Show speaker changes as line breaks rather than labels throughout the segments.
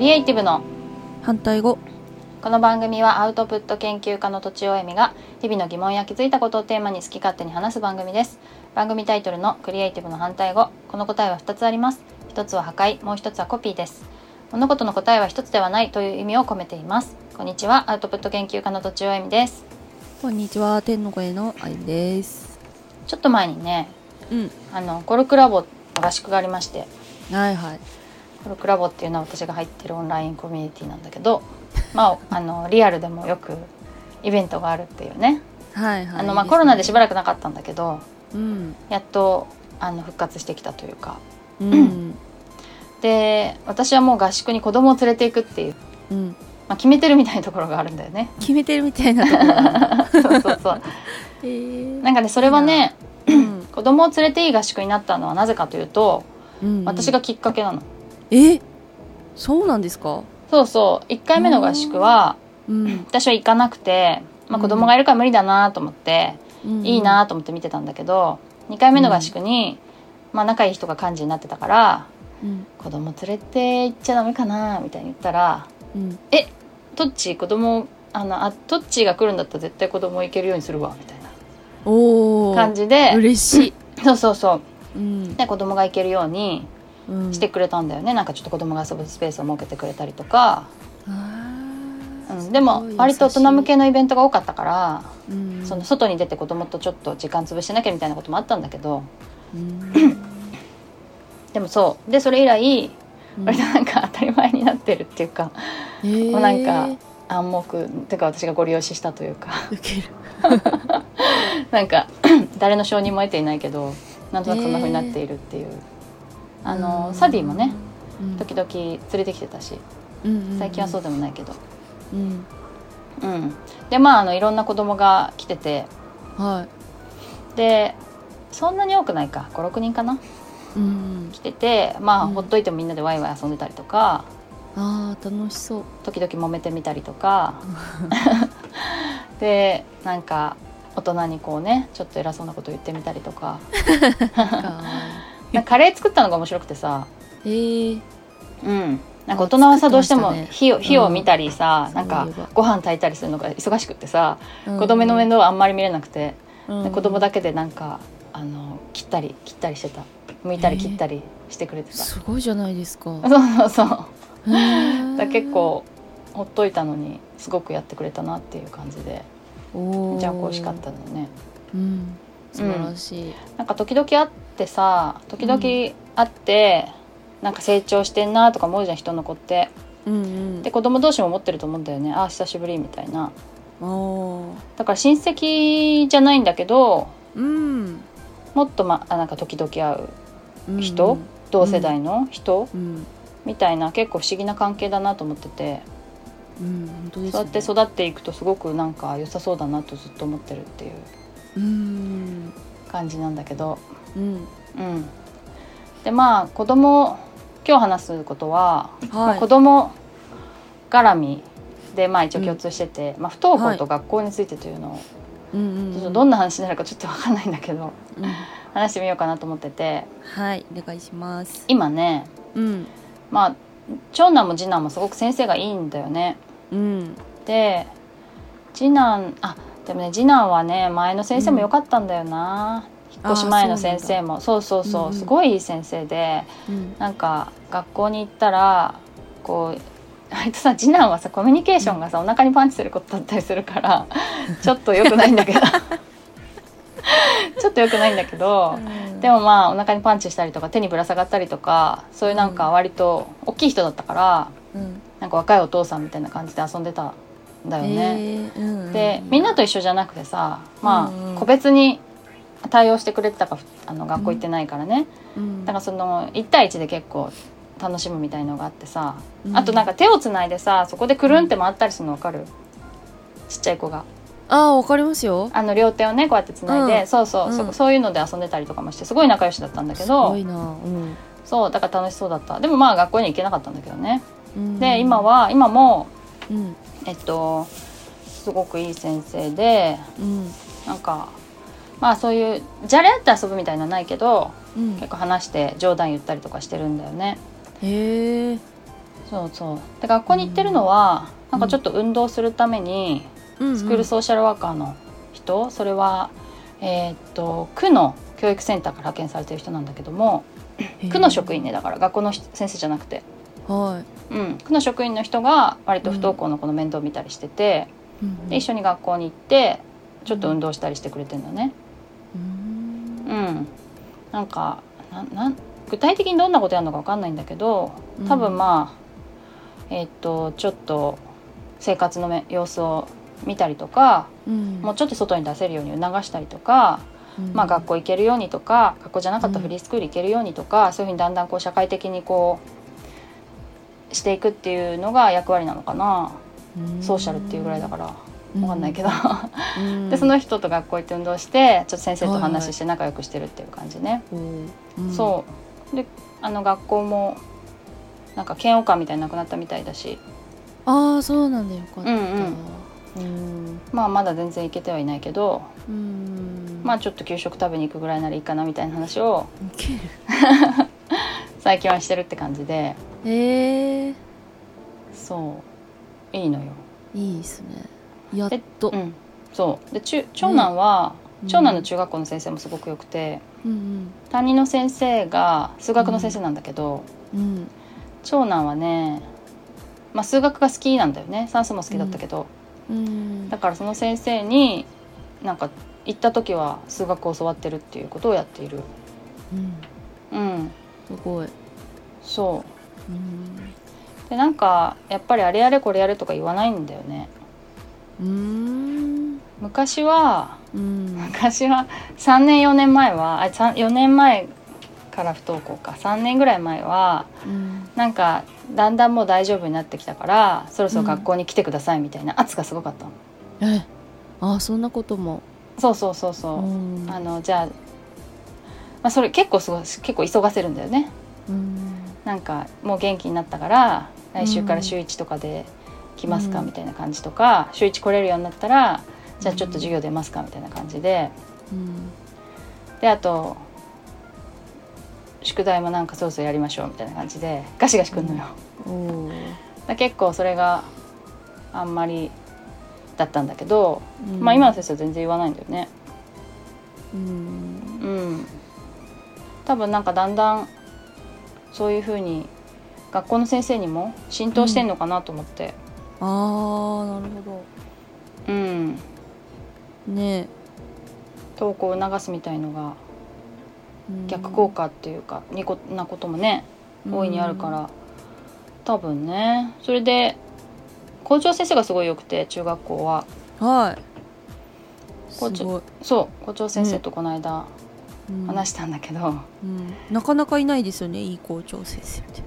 イティブの
反対語
この番組はアウトプット研究家のとちおえみが日々の疑問や気づいたことをテーマに好き勝手に話す番組です番組タイトルのクリエイティブの反対語この答えは2つあります1つは破壊もう1つはコピーです物事の答えは1つではないという意味を込めていますこんにちはアウトプット研究家のとちおえみです
こんにちは天の声のあゆです
ちょっと前にね
うん
あのコルクラボの合宿がありまして
はいはい
コルクラボっていうのは私が入ってるオンラインコミュニティなんだけど、まあ、あのリアルでもよくイベントがあるっていうね
はいはい
あのまあコロナでしば
ら
らくなかったんだけど
くうん
やっとあの復活してきたというか
うん
で私はもう合宿に子供を連れていくっていう、
うん
まあ、決めてるみたいなところがあるんだよ ね
決めてるみたいなところ なんだ
そうそうそう
えー
なんかねそれはね
うん
子供を連れていい合宿になったのはなぜかというと
うん
私がきっかけなの、
えそうなんですか
そうそう1回目の合宿は
うん
私は行かなくて、まあ、子供がいるから無理だなと思って、いいなと思って見てたんだけど2回目の合宿に、まあ、仲いい人が幹事になってたから
うん
子供連れて行っちゃダメかなみたいに言ったら
うん
「トッチー子供あのあトッチーが来るんだったら絶対子供行けるようにするわ」みたいな
おお
感じで
嬉しい
そうそうそう
うん
で子供が行けるように
うん
してくれたんだよね、なんかちょっと子供が遊ぶスペースを設けてくれたりとか、
あ
う
ー
ん、でも
すごい優し
割
い
と大人向けのイベントが多かったから、
うん
その外に出て子供とちょっと時間潰してなきゃみたいなこともあったんだけど
うん
でもそうでそれ以来
う ん
割となんか当たり前になってるっていうか
えー
もう なんか暗黙っていうか私がご利用ししたというか
ウケる
なんか 誰の承認も得ていないけどなんとなくそんな風になっているっていう、あ
う
の
ん
サディもね
うん
時々連れてきてたし最近はそうでもないけど、
うんうんうん、
うんでまああのいろんな子供が来てて
は、
でそんなに多くないか56人かない
うん、
来ててまあ、
うん
ほっといてもみんなでワイワイ遊んでたりとか
あー楽しそう
時々揉めてみたりと かでなんか大人にこうねちょっと偉そうなこと言ってみたりとか
なん か
なんかカレー作ったのが面白くてさ、
えー、
うん、なんか大人はさ、
あ
どうしても
作ってま
火を火を見たりさ、
ん
なん
そ
か
ういえば
ご飯炊いたりするのが忙しくってさ、
うん
子供の面倒はあんまり見れなくて、
うん
で子供だけでなんかあの切ったり切ったりしてた剥いたり
へえ
切ったりしてくれてた、
すごいじゃないで すか
そうそうそう
へー
だから結構ほっといたのにすごくやってくれたなっていう感じで
お
め
ー
ちゃく美味しかったのよね。
うん素晴らしい、
なんか時々会ってさ時々会って、なんか成長してんなとか思うじゃん人の子って。
うんうん
で子供同士も思ってると思うんだよねあー久しぶりみたいな
おー
だから親戚じゃないんだけど
うん
もっと、ま、あなんか時々会う
うん
人同世代の人、
うん
みたいな結構不思議な関係だなと思ってて
うん本当です、ね、
そうやって育っていくとすごくなんか良さそうだなとずっと思ってるっていう
うん
感じなんだけど
うん
うんでまあ子供今日話すことは、ま
は
あ
い
子供絡みでまあ一応共通してて、まあ、不登校と学校についてというのを
うんうん
ち
う
ょっと
ん
どんな話になるかちょっとわかんないんだけど
うん
話してみようかなと思ってて
はいお願いします
今ね
うん
まあ長男も次男もすごく先生がいいんだよね。
うん
で次男あでもね次男はね前の先生も良かったんだよな、引っ越し前の先生もそうそうそう、
うんうん
すごいいい先生で
うん
なんか学校に行ったらこう 割とさ次男はさコミュニケーションがさお腹にパンチすることだったりするからちょっと良くないんだけ どちょっと良くないんだけど。でもまあお腹にパンチしたりとか手にぶら下がったりとかそういうなんか割と大きい人だったから、
うん
なんか若いお父さんみたいな感じで遊んでたんだよね。
えーうんうん
でみんなと一緒じゃなくてさま
うんうん
あ個別に対応してくれてたかあの学校行ってないからね、
うん
だからその1対1で結構楽しむみたいのがあってさ、
うん
あとなんか手をつないでさそこでくるんって回ったりするの分かるちっちゃい子が
あーわかりますよ
あの両手をねこうやってつないで、
うん
そうそう、
う
そ
ん
そういうので遊んでたりとかもしてすごい仲良しだったんだけ
す
ど
ごいなうん
そうだから楽しそうだったでもまあ学校には行けなかったんだけどね、
うん
で今は今も
うん
えっとすごくいい先生で
うん
なんかまあそういうじゃれ合って遊ぶみたいなのはないけど
うん
結構話して冗談言ったりとかしてるんだよね
へえ
そうそうで学校に行ってるのは、なんかちょっと運動するために、
うんうん
スクールソーシャルワーカーの人それは、えーっと区の教育センターから派遣されてる人なんだけども区の職員ねだから学校の先生じゃなくて、
は
うん、区の職員の人が割と不登校の子の面倒見たりしてて、
い、うんうん
で一緒に学校に行ってちょっと運動したりしてくれてるのね。
うー
うんん、なんかなんなん具体的にどんなことやるのかわかんないんだけど多
うん
分まあ、えーっとちょっと生活のめ様子を見たりとか
うん
もうちょっと外に出せるように促したりとか、
うん
まあ、学校行けるようにとか学校じゃなかった
うん
フリースクール行けるようにとか、そういうふうにだんだんこう社会的にこうしていくっていうのが役割なのかなソーシャルっていうぐらいだから
うん
分かんないけど、
う ん
でその人と学校行って運動してちょっと先生と話して仲良くしてるっていう感じね。
うん
そうであの学校もなんか嫌悪感みたいになくなったみたいだし、
ああそうなんだよかった
うん
うん
まあ、まだ全然行けてはいないけど、
うん
まあ、ちょっと給食食べに行くぐらいならいいかなみたいな話を
ウケる
最近はしてるって感じで
えー、
そういいのよ。
いいですねやっと
うん、そうで中長男は、
うん
長男の中学校の先生もすごくよくて
うん
担任の先生が数学の先生なんだけど、
うんうん
長男はね、まあ、数学が好きなんだよね算数も好きだったけど、
うん
だからその先生になんか行った時は数学を教わってるっていうことをやっている
うん
うん
すごい
そ
うん
うでなんかやっぱりあれやれこれやれとか言わないんだよね
うーん
昔は
うん
昔は3年4年前はあ4年前から不登校か3年ぐらい前は
うん
なんかだんだんもう大丈夫になってきたからそろそろ学校に来てくださいみたいな圧がすごかったの、
えあーそんなことも
そうそうそうそう、
うん
あのじゃあ,、まあそれ結構すごい結構急がせるんだよね
うん
なんかもう元気になったから来週から週1とかで来ますか
うん
みたいな感じとか、週1来れるようになったらじゃあちょっと授業出ますかみたいな感じで
うん
であと宿題もなんかそろそろやりましょうみたいな感じでガシガシくんのよ、
おー
だ結構それがあんまりだったんだけど、
うん
まあ今の先生は全然言わないんだよね
うん
うん多分なんかだんだんそういうふうに学校の先生にも浸透してんのかなと思って、
あーなるほ
うん、
どね
投稿を促すみたいのが
うん
逆効果っていうか、にこなこともね大いにあるから、多分ねそれで校長先生がすごい良くて中学校は
うんはい
こう
す
ち
ごい
そう校長先生とこの間話
し
したんだけど、
なかなかいないですよねいい校長先生って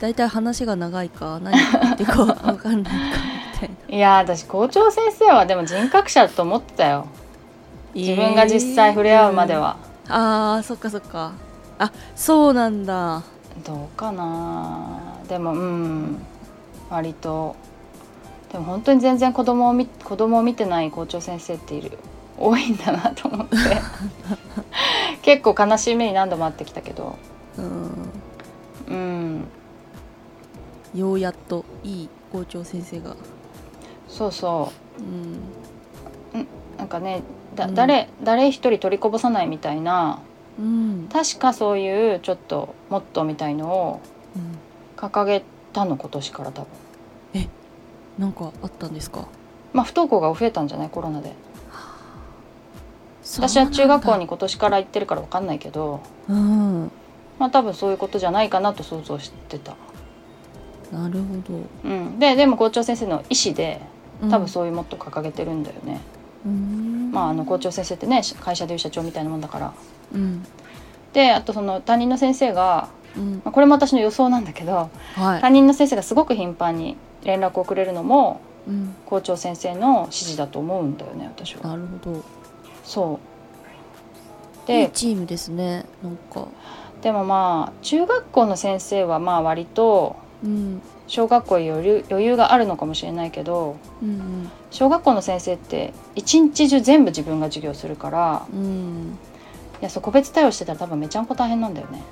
だいたい話が長いか何言ってるか分かんないかみたいない
やー私校長先生はでも人格者と思ってたよ自分が実際触れ合うまで、は、
えーあーそっかそっかあそうなんだ
どうかなでもうん割とでも本当に全然子供を見子供を見てない校長先生っている多いんだなと思って 結構悲しい目に何度もあってきたけど
うん
うん
ようやっといい校長先生が
そうそ
うん
うなんかねだ、
うん
誰誰一人取りこぼさないみたいな
うん、
確かそういうちょっとモットーみたいのを
うん、
掲げたの今年から多分
なんかあったんですか
まあ不登校が増えたんじゃないコロナで私は中学校に今年から行ってるから分かんないけど
そうなんだ
まあ多分そういうことじゃないかなと想像してた、
うんなるほど、
うん、ででも校長先生の意思で
うん
多分そういうもっと掲げてるんだよね、
うん
まああの校長先生ってね会社でいう社長みたいなもんだから
うん
であとその担任の先生が、
うん
まあこれも私の予想なんだけど
はい、
担任の先生がすごく頻繁に連絡をくれるのも
うん、
校長先生の指示だと思うんだよね私は
なるほど
そう
い
で
いチームですねなんか
でもまあ中学校の先生はまあ割と
うん
小学校より余裕余裕があるのかもしれないけど
うん
小学校の先生って一日中全部自分が授業するから
うんうん
いやそう個別対応してたら多分めちゃんこ大変なんだよね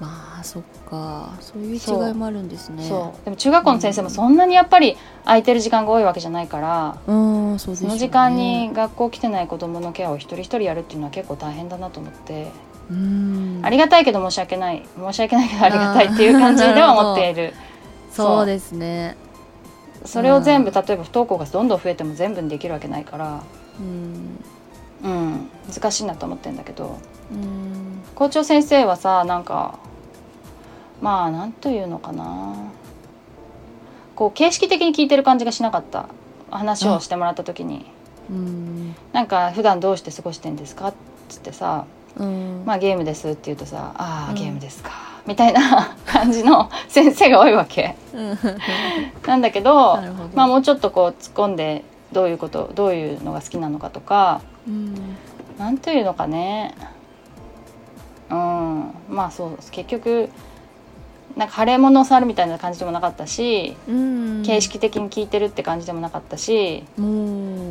まあそっかそういう
そう
違いもあるんですね
そうでも中学校の先生もそんなにやっぱり空いてる時間が多いわけじゃないから、
ううんそうです
その時間に学校来てない子どものケアを一人一人やるっていうのは結構大変だなと思って、
うん
ありがたいけど申し訳ない 申し訳ないけどありがたいっていう感じでは思っている
そうですね
それを全部例えば不登校がどんどん増えても全部にできるわけないから、
うん
うん、難しいなと思ってんだけど
うん
校長先生はさなんかまあなんというのかなこう形式的に聞いてる感じがしなかった話をしてもらった時に
うん
「なんか普段どうして過ごしてんですか?」っつってさ
うん
「まあゲームです」って言うとさ「ああ
うん
ゲームですか」みたいな 感じの先生が多いわけ
うん
なんだけど
なるほど
まあもうちょっとこう突っ込んでどういうことどういうのが好きなのかとか
うん
なんというのかねうんまあそう結局なんか腫れ物を触るみたいな感じでもなかったし、
うん
形式的に聞いてるって感じでもなかったし
も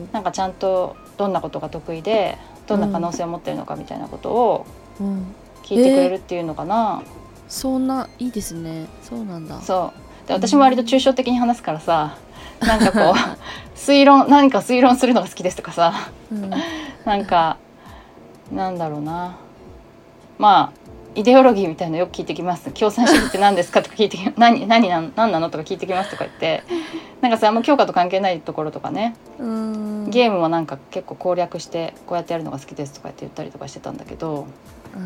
う
なんかちゃんとどんなことが得意でどんな可能性を持ってるのかみたいなことを
うん
聞いてくれるっていうのかな、
そんないいですねそうなんだ
そうで私も割と抽象的に話すからさなんかこ う推論何か推論するのが好きですとかさ
うん
なんかなんだろうなまあイデオロギーみたいのよく聞いてきます共産主義って何です かとか聞いてき何何なん何なのとか聞いてきますとか言ってなんかさあんま教科と関係ないところとかね
うん
ゲームもなんか結構攻略してこうやってやるのが好きですとか言って言ったりとかしてたんだけど
あ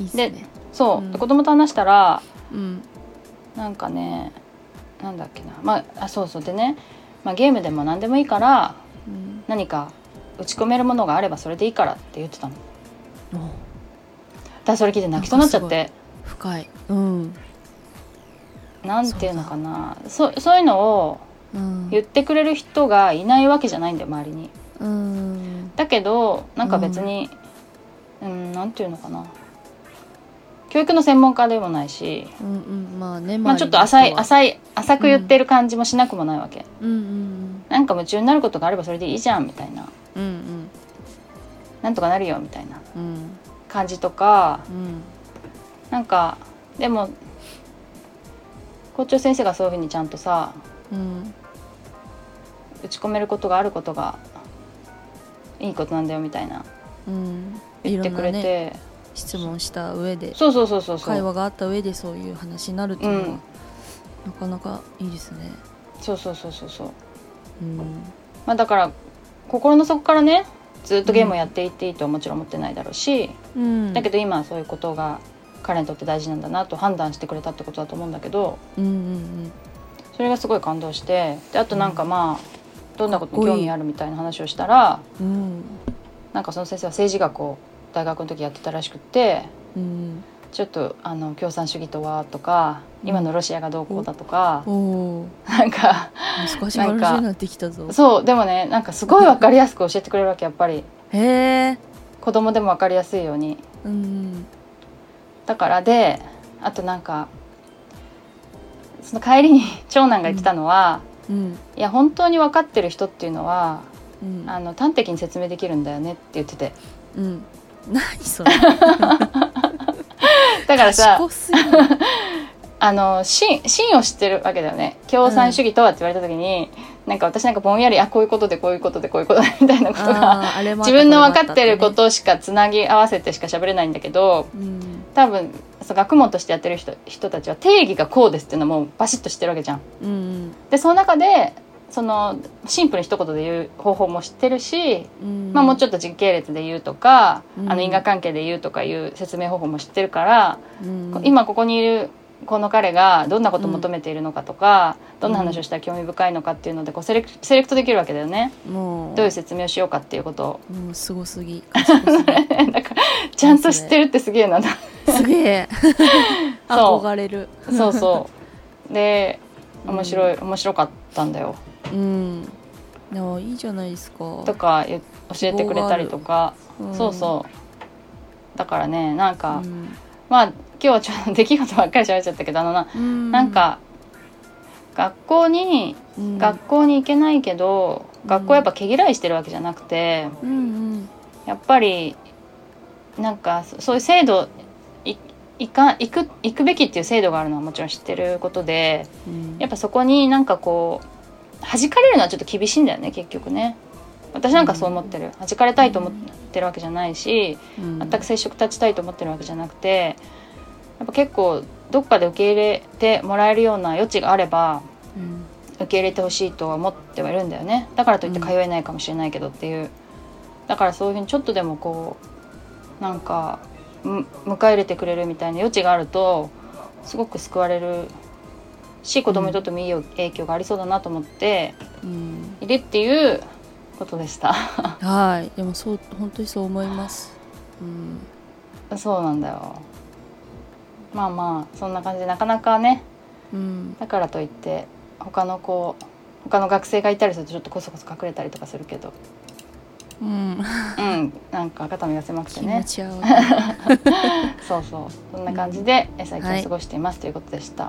ーいいですね
そう
う、ん
で子供と話したら
うん
なんかねなんだっけなまああそうそうでね、まあ、ゲームでも何でもいいから
うん
何か打ち込めるものがあればそれでいいからって言ってたのだか
お
らそれ聞いて泣きそうになっちゃっ
なんかすご
て。
深いうん
なんていうのかなそうそういうのを
うん
言ってくれる人がいないわけじゃないんだよ周りに。
うん
だけどなんか別にうん、なんていうのかな教育の専門家でもないし、
うんうんまあね
まあ、ちょっと浅い
周りの人は
浅い浅く言ってる感じもしなくもないわけ、
うんうん
なんか夢中になることがあればそれでいいじゃんみたいな
うんうん
なんとかなるよみたいな
うん
感じとか
うん
なんかでも校長先生がそういうふうにちゃんとさ
うん
打ち込めることがあることがいいことなんだよみたいな
うん
言ってくれて、
いろんなね質問した上で
そうそうそうそうそ
会
う
話があった上でそういう話になるっていうのは、なかなかいいですね
そうそうそうそうそう
うん
まあだから心の底からねずっとゲームをやっていっていいとはもちろん思ってないだろうし、
うん
だけど今はそういうことが彼にとって大事なんだなと判断してくれたってことだと思うんだけど
うんうん
それがすごい感動してであとなんかまあ、どんなことに
かっ
興
こいい
味あるみたいな話をしたら
うんうん
なんかその先生は政治学を大学の時やってたらしくって
うん
ちょっとあの共産主義とはとか
うん
今のロシアがどうこうだとか、
おー
なんか
難しい
なんか
話になってきたぞ
そうでもねなんかすごい分かりやすく教えてくれるわけやっぱり
へえ
子供でも分かりやすいように
うん
だからであとなんかその帰りに長男が言ってたのは、
うん
いや本当に分かってる人っていうのは
うん
あの端的に説明できるんだよねって言ってて
うん何それ
だからさ
賢すぎる
あの真真を知ってるわけだよね共産主義とはって言われた時に、なんか私なんかぼんやりあこういうことでこういうことでこういうことでみたいなことが
あーあれもあっ
自
た
分の分かってるこ
れもあ
としかつなぎ合わせてしか喋れないんだけど
ったってね
多分そう学問としてやってる人人たちは定義がこうですっていうのもバシッと知ってるわけじゃん。
うんうん
でその中でそのシンプルに一言で言う方法も知ってるし、
うん
まあ、もうちょっと時系列で言うとか、
うん
あの因果関係で言うとかいう説明方法も知ってるから、
うん
こ今ここにいるこの彼がどんなことを求めているのかとか、どんな話をしたら興味深いのかっていうのでこうセレクセレクトできるわけだよね、
もう
どういう説明をしようかっていうことを。
もうすごすぎ賢すぎ
なんかちゃんと知ってるってすげえな
すげえ
そう
憧れる
そうそうで
うん
面白い面白かったんだよ
うんいやいいじゃないですか
とか言う教えてくれたりとかそう
うん
そうだからねなんか、
うん
まあ今日はちょっと出来事ばっかり喋っちゃったけどあのな,、
うん
なんか学校に、
うん
学校に行けないけど
うん
学校やっぱ毛嫌いしてるわけじゃなくて
うんうん
やっぱりなんかそそういう制度い行か行く行くべきっていう制度があるのはもちろん知ってることで
うん
やっぱそこになんかこう弾かれるのはちょっと厳しいんだよね結局ね私なんかそう思ってる弾かれたいと思ってるわけじゃないし
うん
全く接触立ちたいと思ってるわけじゃなくてやっぱ結構どっかで受け入れてもらえるような余地があれば
うん
受け入れてほしいとは思ってはいるんだよねだからといって通えないかもしれないけどっていう、だからそういうふうにちょっとでもこうなんかむ迎え入れてくれるみたいな余地があるとすごく救われるし子供にとってもいいよ影響がありそうだなと思って
うん
いるっていうことでした
はいでもそう本当にそう思いますうん
そうなんだよまあまあそんな感じでなかなかね
うん
だからといって他の子他の学生がいたりするとちょっとこそこそ隠れたりとかするけど
うん
うん、なんか肩身が狭くて
気持
ね。
ち合う
そうそう、そんな感じで、え最近
は
はい過ごしています、ということでした。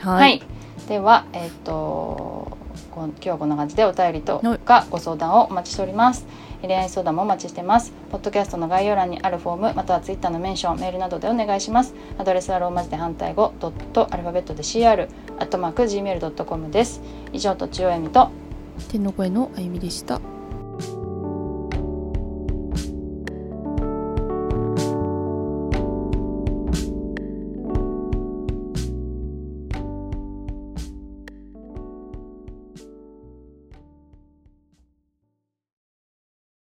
はい、
はい
では、えっ、と、こん今日はこんな感じでお便りと
はい
かご相談をお待ちしております。恋愛相談もお待ちしてます。ポッドキャストの概要欄にあるフォーム、またはツイッターのメンション、メールなどでお願いします。アドレスはローマ字で反対語、ドットアルファベットで C. R. アットマーク G. M. A. I. L. ドットコムです。以上とちおえみと、
天の声のあゆみでした